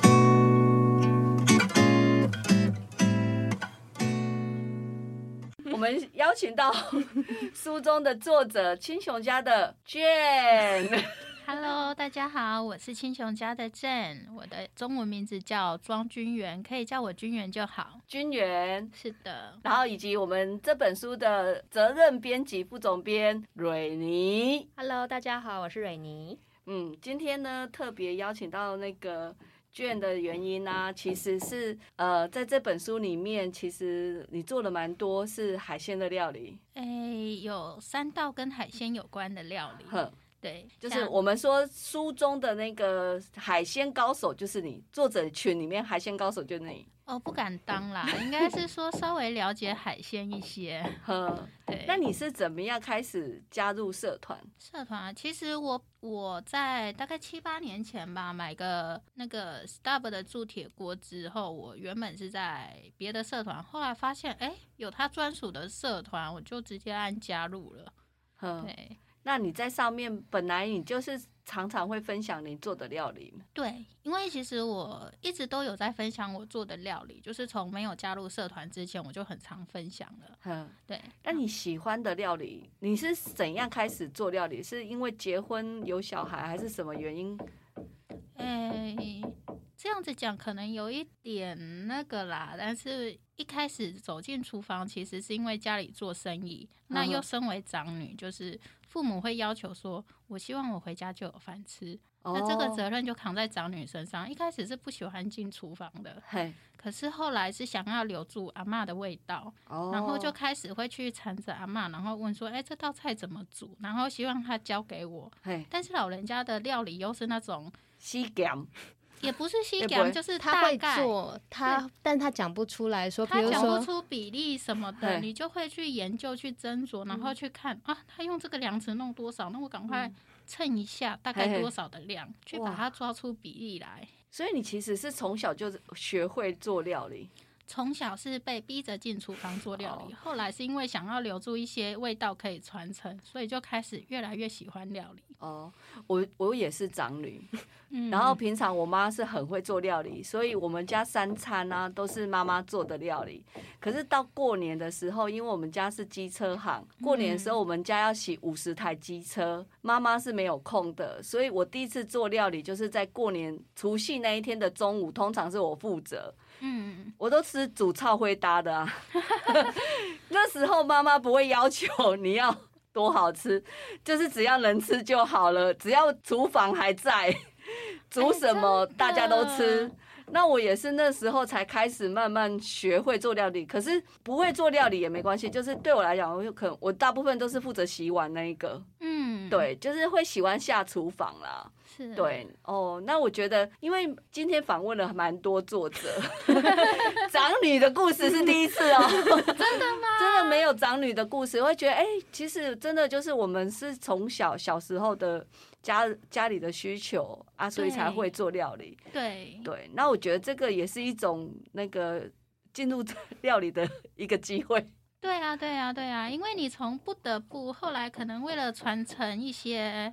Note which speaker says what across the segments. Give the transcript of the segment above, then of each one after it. Speaker 1: 我们邀请到书中的作者青熊家的 Jane，
Speaker 2: Hello，大家好，我是青熊家的郑，我的中文名字叫庄君元，可以叫我君元就好。
Speaker 1: 君元，
Speaker 2: 是的，
Speaker 1: 然后以及我们这本书的责任编辑、副总编蕊妮。
Speaker 3: Hello，大家好，我是蕊妮。
Speaker 1: 嗯，今天呢特别邀请到那个。卷的原因呢、其实是呃，在这本书里面，其实你做了蛮多是海鲜的料理，
Speaker 2: 哎，有三道跟海鲜有关的料理，
Speaker 1: 呵，
Speaker 2: 对，
Speaker 1: 就是
Speaker 2: 像
Speaker 1: 我们说书中的那个海鲜高手就是你，作者群里面海鲜高手就是你，
Speaker 2: 哦，不敢当啦，应该是说稍微了解海鲜一些。
Speaker 1: 呵，
Speaker 2: 对，
Speaker 1: 那你是怎么样开始加入社团？
Speaker 2: 社团啊，其实我我在大概七八年前吧，买个那个 Stub 的铸铁锅之后，我原本是在别的社团，后来发现哎有他专属的社团，我就直接按加入了。
Speaker 1: 呵，
Speaker 2: 对
Speaker 1: 那你在上面本来你就是常常会分享你做的料理嘛，
Speaker 2: 对，因为其实我一直都有在分享我做的料理，就是从没有加入社团之前，我就很常分享了。
Speaker 1: 呵。
Speaker 2: 对，
Speaker 1: 那你喜欢的料理，你是怎样开始做料理？是因为结婚有小孩，还是什么原因？
Speaker 2: 哎，这样子讲可能有一点那个啦，但是一开始走进厨房，其实是因为家里做生意，那
Speaker 1: 嗯哼
Speaker 2: 又身为长女，就是父母会要求说，我希望我回家就有饭吃，那呃这个
Speaker 1: 哦
Speaker 2: 责任就扛在长女身上。一开始是不喜欢进厨房的，
Speaker 1: 嘿，
Speaker 2: 可是后来是想要留住阿嬷的味道，
Speaker 1: 哦，
Speaker 2: 然后就开始会去缠着阿嬷，然后问说，哎，这道菜怎么煮？然后希望她教给我。
Speaker 1: 嘿，
Speaker 2: 但是老人家的料理又是那种。
Speaker 1: 西咸，
Speaker 2: 也不是西
Speaker 1: 也不
Speaker 2: 讲，
Speaker 1: 会
Speaker 2: 就是
Speaker 3: 他会
Speaker 2: 大概，
Speaker 3: 做，他但他讲不出来说，比
Speaker 2: 他
Speaker 3: 如
Speaker 2: 讲不
Speaker 3: 说，
Speaker 2: 出比例什么的，
Speaker 1: 嘿嗯
Speaker 2: 你就会去研究、去斟酌，然后去看、啊，他用这个量尺弄多少，那我赶快称一下大
Speaker 1: 嘿
Speaker 2: 概
Speaker 1: 嘿
Speaker 2: 多少的量，去
Speaker 1: 哇
Speaker 2: 把它抓出比例来。
Speaker 1: 所以你其实是从小就学会做料理。
Speaker 2: 从小是被逼着进厨房做料
Speaker 1: 哦
Speaker 2: 理，后来是因为想要留住一些味道可以传承，所以就开始越来越喜欢料理。
Speaker 1: 哦，我我也是长女，
Speaker 2: 嗯，
Speaker 1: 然后平常我妈是很会做料理，所以我们家三餐啊都是妈妈做的料理。可是到过年的时候，因为我们家是机车行，过年的时候我们家要洗五十台机车，妈妈是没有空的，所以我第一次做料理就是在过年除夕那一天的中午，通常是我负责。
Speaker 2: 嗯，
Speaker 1: 我都吃煮炒灰搭的啊， 那时候妈妈不会要求你要多好吃，就是只要能吃就好了，只要厨房还在， 煮什么
Speaker 2: 哎真的
Speaker 1: 大家都吃。那我也是那时候才开始慢慢学会做料理，可是不会做料理也没关系，就是对我来讲，我就可能我大部分都是负责洗碗那一个，
Speaker 2: 嗯，，
Speaker 1: 对，就是会洗完下厨房啦。
Speaker 2: 是，
Speaker 1: 对哦，那我觉得，因为今天访问了蛮多作者， 长女的故事是第一次哦， 真的吗？ 真的没有长女的故事，我会觉得，哎、其实真的就是我们是从小小时候的家家里的需求啊，所以才
Speaker 2: 对
Speaker 1: 会做料理。
Speaker 2: 对，
Speaker 1: 对，那我觉得这个也是一种那个进入料理的一个机会。
Speaker 2: 对啊，对啊，对啊，因为你从不得不，后来可能为了传承一些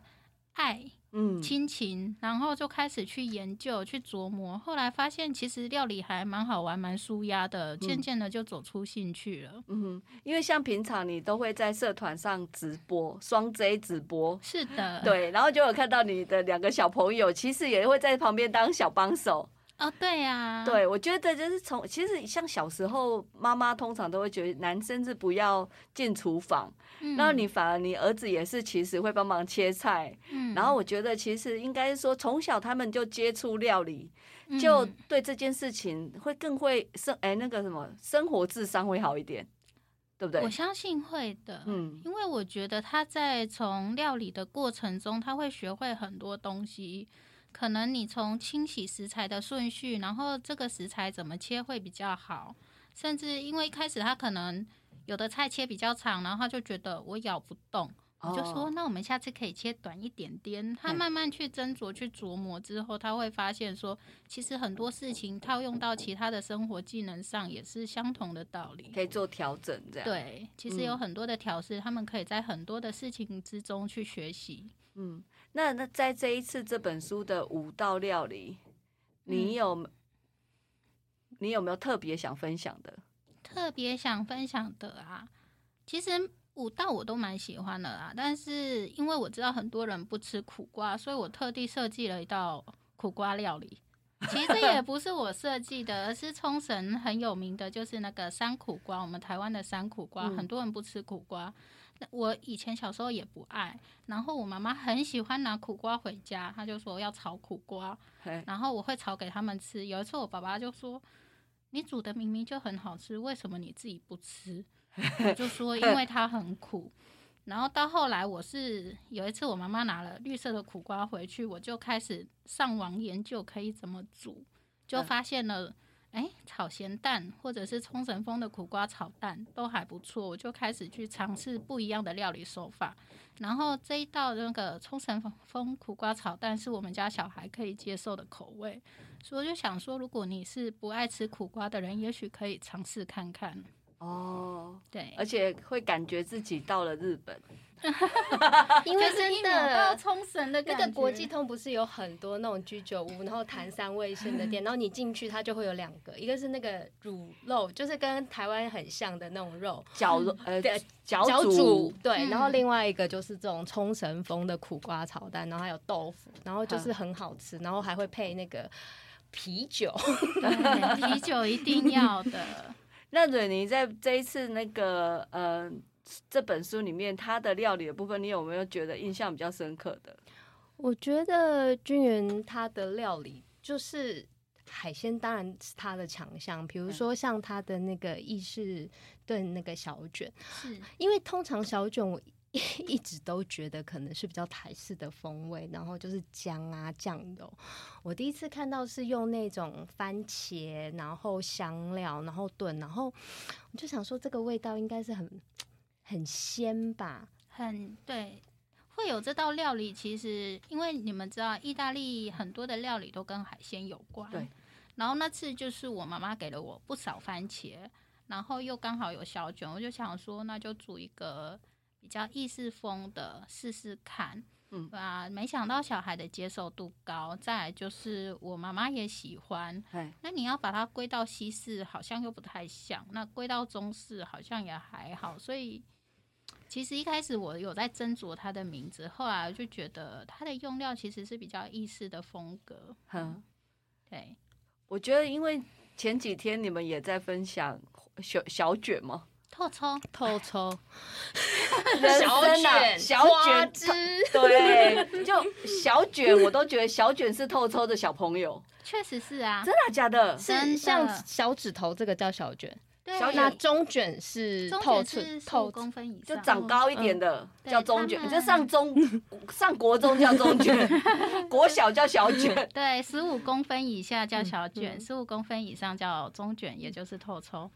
Speaker 2: 爱、
Speaker 1: 嗯，
Speaker 2: 亲情，然后就开始去研究、去琢磨，后来发现其实料理还蛮好玩、蛮舒压的，渐渐的就走出兴趣了。
Speaker 1: 嗯，因为像平常你都会在社团上直播，双 J 直播，
Speaker 2: 是的，，
Speaker 1: 对，然后就有看到你的两个小朋友，其实也会在旁边当小帮手。
Speaker 2: 哦，对啊，，
Speaker 1: 对，我觉得就是从其实像小时候，妈妈通常都会觉得男生是不要进厨房，
Speaker 2: 嗯
Speaker 1: 然后你，反而你儿子也是，其实会帮忙切菜。
Speaker 2: 嗯
Speaker 1: 然后我觉得其实应该是说，从小他们就接触料理，
Speaker 2: 嗯
Speaker 1: 就对这件事情会更会生哎那个什么生活智商会好一点，对不对
Speaker 2: 我？相信会的，
Speaker 1: 嗯
Speaker 2: 因为我觉得他在从料理的过程中，他会学会很多东西。可能你从清洗食材的顺序，然后这个食材怎么切会比较好，甚至因为一开始他可能有的菜切比较长，然后他就觉得我咬不动，我就说
Speaker 1: 哦
Speaker 2: 那我们下次可以切短一点点。他
Speaker 1: 嗯
Speaker 2: 慢慢去斟酌、去琢磨之后，他会发现说，其实很多事情套用到其他的生活技能上也是相同的道理。
Speaker 1: 可以做调整这样。，
Speaker 2: 对，其实有
Speaker 1: 嗯
Speaker 2: 很多的调试，他们可以在很多的事情之中去学习。
Speaker 1: 嗯，那那在这一次这本书的五道料理，你
Speaker 2: 嗯
Speaker 1: 有、你有没有特别想分享的？
Speaker 2: 特别想分享的啊，其实五道我都蛮喜欢的啦，但是因为我知道很多人不吃苦瓜，所以我特地设计了一道苦瓜料理。其实这也不是我设计的，而是冲绳很有名的，就是那个山苦瓜，我们台湾的山苦瓜，
Speaker 1: 嗯
Speaker 2: 很多人不吃苦瓜。那我以前小时候也不爱，然后我妈妈很喜欢拿苦瓜回家，她就说要炒苦瓜，
Speaker 1: 嘿，
Speaker 2: 然后我会炒给他们吃。有一次，我爸爸就说：“你煮的明明就很好吃，为什么你自己不吃？”我就说：“因为它很苦。”然后到后来，我是有一次我妈妈拿了绿色的苦瓜回去，我就开始上网研究可以怎么煮，就
Speaker 1: 嗯
Speaker 2: 发现了。哎，炒咸蛋或者是冲绳风的苦瓜炒蛋都还不错，我就开始去尝试不一样的料理手法。然后这一道那个冲绳风苦瓜炒蛋是我们家小孩可以接受的口味，所以我就想说，如果你是不爱吃苦瓜的人，也许可以尝试看看。
Speaker 1: 哦，
Speaker 2: 对，
Speaker 1: 而且会感觉自己到了日 本，
Speaker 3: 因为
Speaker 2: 就是一
Speaker 3: 真
Speaker 2: 秒到
Speaker 3: 的。
Speaker 2: 冲绳的
Speaker 3: 那
Speaker 2: 感觉
Speaker 3: 个国际通不是有很多那种居酒屋，然后谈三味线的店，然后你进去它就会有两个，一个是那个乳肉，就是跟台湾很像的那种肉，
Speaker 1: 脚肉呃
Speaker 3: 对
Speaker 1: 脚
Speaker 3: 小
Speaker 1: 煮
Speaker 3: 煮，对，
Speaker 2: 嗯
Speaker 3: 然后另外一个就是这种冲绳风的苦瓜炒蛋，然后还有豆腐，然后就是很好吃，然后还会配那个啤酒。
Speaker 2: 对啤酒一定要的。
Speaker 1: 那蕊妮在这一次那个呃这本书里面，它的料理的部分，你有没有觉得印象比较深刻的？
Speaker 3: 我觉得君元他的料理就是海鲜，当然是他的强项，比如说像他的那个意式炖那个小卷，
Speaker 2: 是，
Speaker 3: 因为通常小卷我 一直都觉得可能是比较台式的风味，然后就是姜啊酱油。我第一次看到是用那种番茄，然后香料，然后炖，然后我就想说这个味道应该是很很鲜 吧。
Speaker 2: 很对，会有这道料理。其实，因为你们知道，意大利很多的料理都跟海鲜有关。
Speaker 1: 对。
Speaker 2: 然后那次就是我妈妈给了我不少番茄，然后又刚好有小卷，我就想说那就煮一个比较意式风的试试看。
Speaker 1: 嗯
Speaker 2: 啊，没想到小孩的接受度高，再来就是我妈妈也喜欢。
Speaker 1: 哎，
Speaker 2: 那你要把它归到西式，好像又不太像；那归到中式，好像也还好。所以，其实一开始我有在斟酌它的名字，后来我就觉得它的用料其实是比较意式的风格。嗯
Speaker 1: 哼，
Speaker 2: 对，
Speaker 1: 我觉得因为前几天你们也在分享小小卷嘛，
Speaker 2: 透 抽
Speaker 3: 透抽
Speaker 1: 人生啊，小卷
Speaker 3: 汁，
Speaker 1: 对，就小卷，我都觉得小卷是透抽的小朋友，
Speaker 2: 确实是啊
Speaker 1: 真，的假的？
Speaker 2: 真
Speaker 3: 是
Speaker 2: 的
Speaker 3: 像小指头这个叫小卷，
Speaker 2: 对，
Speaker 1: 小
Speaker 3: 那
Speaker 1: 卷
Speaker 3: 中卷是
Speaker 2: 中
Speaker 3: 透
Speaker 2: 卷
Speaker 3: 寸
Speaker 2: 是十五
Speaker 3: 透
Speaker 2: 公分以
Speaker 1: 就
Speaker 2: 上，嗯
Speaker 1: 长高一点的、
Speaker 2: 对
Speaker 1: 叫中卷
Speaker 2: 他，们
Speaker 1: 就上 中上国中叫中卷，国小叫小卷。
Speaker 2: 对，十五公分以下
Speaker 1: 嗯
Speaker 2: 叫小卷，十五公分以上叫中卷，也就是透抽。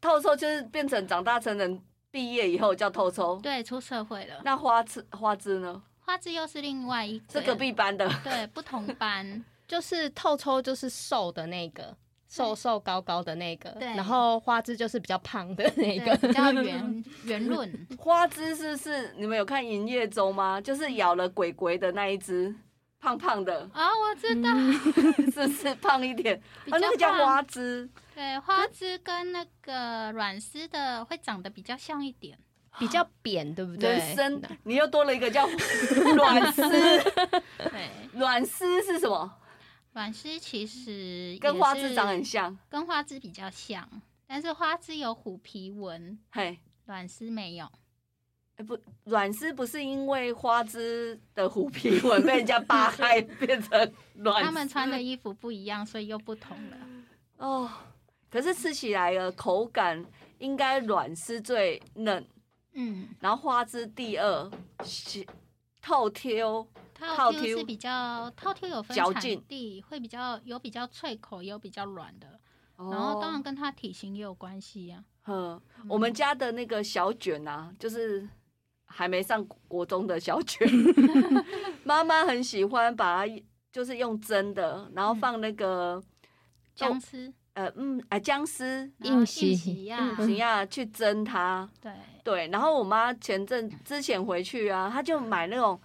Speaker 1: 透抽就是变成长大成人毕业以后叫透抽。
Speaker 2: 对，出社会了，
Speaker 1: 哦那花枝花枝呢？
Speaker 2: 花枝又是另外一个，
Speaker 1: 是隔壁班的，
Speaker 2: 对不同 班。
Speaker 3: 就是透抽就是瘦的那个，瘦瘦高高的那个，
Speaker 2: 对
Speaker 3: 然后花枝就是比较胖的那
Speaker 2: 对，比
Speaker 3: 个。
Speaker 2: 较圆圆润。
Speaker 1: 花枝是是你们有看《营业中》吗？就是咬了鬼鬼的那一只，胖胖
Speaker 2: ，
Speaker 1: 的
Speaker 2: 啊、我知道，
Speaker 1: 是是胖一点，
Speaker 2: 比
Speaker 1: 啊，
Speaker 2: 较
Speaker 1: 嗯那个叫
Speaker 2: 胖
Speaker 1: 花枝，
Speaker 2: 对，花枝跟那个软丝的会长得比较像一 点。
Speaker 3: 比较扁，对不对？
Speaker 1: 人参，你又多了一个叫 软丝，
Speaker 2: 对，
Speaker 1: 软丝是什么？
Speaker 2: 软丝其实
Speaker 1: 跟
Speaker 2: 也
Speaker 1: 花
Speaker 2: 是
Speaker 1: 枝长很像，
Speaker 2: 跟花枝比较像，但是花枝有虎皮纹，
Speaker 1: 嘿。
Speaker 2: 软丝没有。
Speaker 1: 欸、不，软丝不是因为花枝的虎皮纹被人家扒开 变成软丝，
Speaker 2: 他们穿的衣服不一样，所以又不同了。
Speaker 1: 哦，可是吃起来的口感应该软丝最嫩，
Speaker 2: 嗯，
Speaker 1: 然后花枝第二，是透挑套
Speaker 2: 套 Q
Speaker 1: Q
Speaker 2: 是比较套 Q 有分
Speaker 1: 嚼
Speaker 2: 产
Speaker 1: 劲
Speaker 2: 地，会比较有比较脆口，也有比较软的。
Speaker 1: 哦
Speaker 2: 然后当然跟它体型也有关系啊呀、
Speaker 1: 嗯，我们家的那个小卷啊，就是还没上国中的小 卷，妈妈很喜欢把它，就是用蒸的，然后放那个
Speaker 2: 僵尸
Speaker 1: 呃嗯啊姜丝
Speaker 2: 然后
Speaker 3: 硬皮
Speaker 2: 皮呀、
Speaker 1: 嗯怎样去蒸它。
Speaker 2: 对，
Speaker 1: 对，然后我妈前阵之前回去啊，她就买那种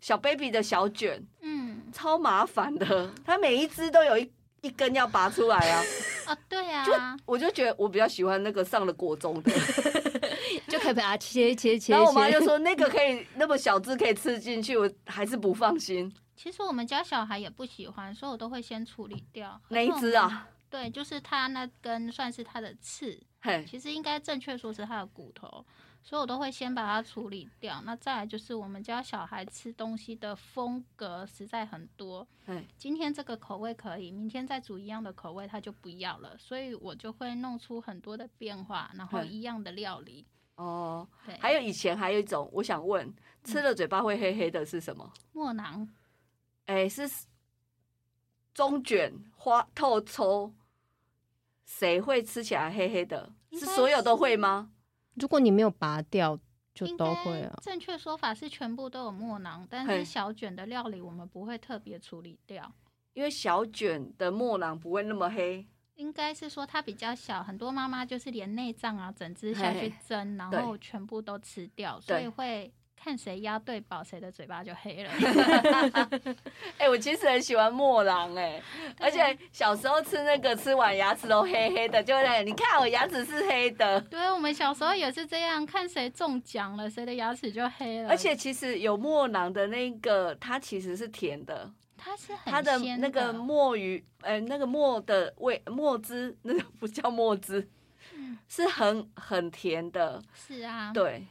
Speaker 1: 小 baby 的小卷，
Speaker 2: 嗯
Speaker 1: 超麻烦的，她每一只都有一一根要拔出来啊。
Speaker 2: 啊，对啊，
Speaker 1: 我就觉得我比较喜欢那个上了国中的，
Speaker 3: 就可以把它切切 切
Speaker 1: 然后我妈
Speaker 3: 切
Speaker 1: 就。说那个可以那么小只可以吃进去，我还是不放心
Speaker 2: 其实我们家小孩也不喜欢，所以我都会先处理掉。
Speaker 1: 哪一只啊？
Speaker 2: 对，就是它那根算是它的刺，
Speaker 1: 嘿，
Speaker 2: 其实应该正确说是它的骨头，所以我都会先把它处理掉。那再来就是我们家小孩吃东西的风格实在很多
Speaker 1: 嗯，
Speaker 2: 今天这个口味可以，明天再煮一样的口味他就不要了，所以我就会弄出很多的变化，然后
Speaker 1: 嗯
Speaker 2: 一样的料理。
Speaker 1: 哦，
Speaker 2: 对，
Speaker 1: 还有以前还有一种，我想问，吃了嘴巴会黑黑的是什么？
Speaker 2: 墨囊，
Speaker 1: 哎、是中卷花透抽，谁会吃起来黑黑的？
Speaker 2: 应
Speaker 1: 是
Speaker 2: 该
Speaker 1: 所有都会吗？
Speaker 3: 如果你没有拔掉，就
Speaker 2: 应
Speaker 3: 都
Speaker 2: 该
Speaker 3: 会啊。
Speaker 2: 正确说法是全部都有墨囊，但
Speaker 1: 嘿
Speaker 2: 是小卷的料理我们不会特别处理掉。
Speaker 1: 因为小卷的墨囊不会那么黑，
Speaker 2: 应该是说它比较小，很多妈妈就是连内脏啊整只下去
Speaker 1: 嘿
Speaker 2: 蒸，然
Speaker 1: 对
Speaker 2: 后全部都吃掉，所以
Speaker 1: 对
Speaker 2: 会看谁压对饱，谁的嘴巴就黑了。
Speaker 1: 哎、我其实很喜欢墨囊、哎，而且小时候吃那个，吃完牙齿都黑黑的，就会来你看我牙齿是黑的，
Speaker 2: 对，我们小时候也是这样，看谁中奖了，谁的牙齿就黑了。
Speaker 1: 而且其实有墨囊的那个，它其实是甜的，
Speaker 2: 它是很
Speaker 1: 它的
Speaker 2: 鲜
Speaker 1: 那个墨鱼，呃，那个墨的味墨汁，那个不叫墨汁，是很很甜的，
Speaker 2: 是啊，
Speaker 1: 对。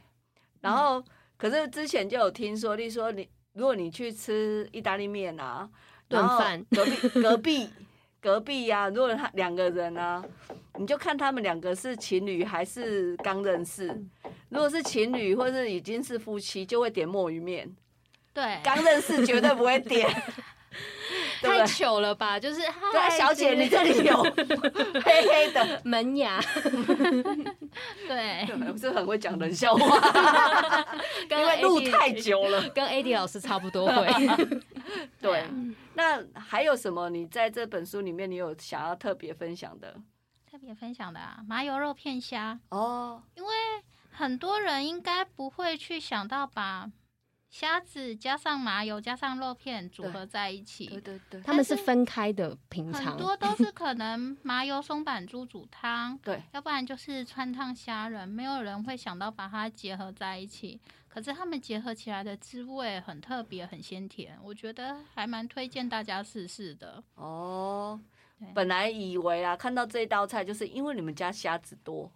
Speaker 1: 然后，可是之前就有听说，例如说你如果你去吃意大利面啊，
Speaker 3: 炖
Speaker 1: 然后
Speaker 3: 饭
Speaker 1: 隔壁隔壁隔壁呀、如果他两个人啊，你就看他们两个是情侣还是刚认识。如果是情侣或是已经是夫妻，就会点墨鱼面。
Speaker 2: 对，
Speaker 1: 刚认识绝对不会 点，对不对
Speaker 3: 太糗了吧？就是
Speaker 1: 对啊，
Speaker 3: 嗨，
Speaker 1: 小姐，
Speaker 3: 就是
Speaker 1: 你这里 有黑黑的。
Speaker 3: 门牙
Speaker 2: 对，
Speaker 1: 我是很会讲冷笑话，
Speaker 3: 跟
Speaker 1: 因为录
Speaker 3: AD
Speaker 1: 太久了。
Speaker 3: 跟 AD 老师差不多会。
Speaker 1: 对
Speaker 2: 啊，
Speaker 1: 那还有什么？你在这本书里面，你有想要特别分享的？
Speaker 2: 特别分享的啊，麻油肉片虾，
Speaker 1: 哦，
Speaker 2: 很多人应该不会去想到把虾子加上麻油加上肉片组
Speaker 1: 对
Speaker 2: 合在一起。
Speaker 1: 对对对，
Speaker 3: 他们是分开的，平
Speaker 2: 很
Speaker 3: 常
Speaker 2: 多都是可能麻油松板猪煮汤
Speaker 1: 对，
Speaker 2: 要不然就是川烫虾仁，没有人会想到把它结合在一起。可是它们结合起来的滋味很特别，很鲜甜，我觉得还蛮推荐大家试试的。
Speaker 1: 哦
Speaker 2: 对。
Speaker 1: 本来以为啊，看到这一道菜，就是因为你们家虾子 多，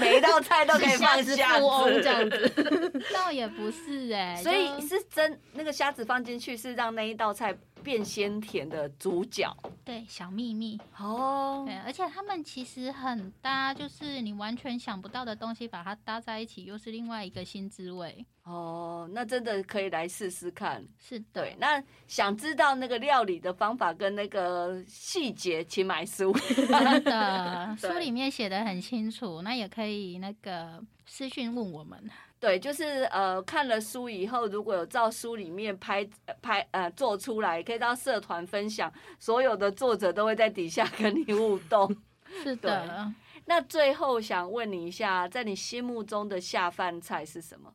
Speaker 1: 每一道菜都可以放
Speaker 3: 是
Speaker 1: 虾
Speaker 3: 富翁这样
Speaker 1: 子，
Speaker 3: 子。
Speaker 2: 倒也不是哎、
Speaker 1: 所以
Speaker 2: 就是
Speaker 1: 真那个虾子放进去是让那一道菜变鲜甜的主角
Speaker 2: 对小秘密，
Speaker 1: 哦。
Speaker 2: 对，而且它们其实很搭，就是你完全想不到的东西，把它搭在一起，又是另外一个新滋味。
Speaker 1: 哦，那真的可以来试试看。
Speaker 2: 是的，
Speaker 1: 对，那想知道那个料理的方法跟那个细节，请买书。
Speaker 2: 真的，
Speaker 1: 对
Speaker 2: 书里面写的很清楚，那也可以那个私讯问我们。
Speaker 1: 对，就是呃，看了书以后，如果有照书里面拍呃拍呃做出来，可以到社团分享，所有的作者都会在底下跟你互动。
Speaker 2: 是的，
Speaker 1: 那最后想问你一下，在你心目中的下饭菜是什么？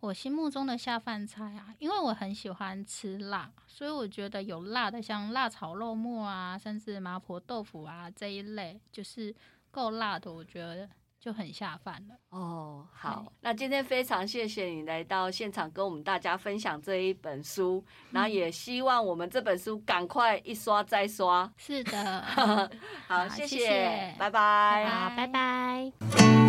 Speaker 2: 我心目中的下饭菜啊，因为我很喜欢吃辣，所以我觉得有辣的，像辣炒肉末啊，甚至麻婆豆腐啊这一类，就是够辣的，我觉得就很下饭了。
Speaker 1: 哦，好，那今天非常谢谢你来到现场跟我们大家分享这一本书，然后也希望我们这本书赶快一刷再刷。
Speaker 2: 是的，
Speaker 1: 好，
Speaker 2: 好
Speaker 1: 谢
Speaker 2: 谢
Speaker 1: 谢
Speaker 2: 谢，
Speaker 1: 拜
Speaker 2: 拜
Speaker 1: 拜。
Speaker 3: 好，拜拜。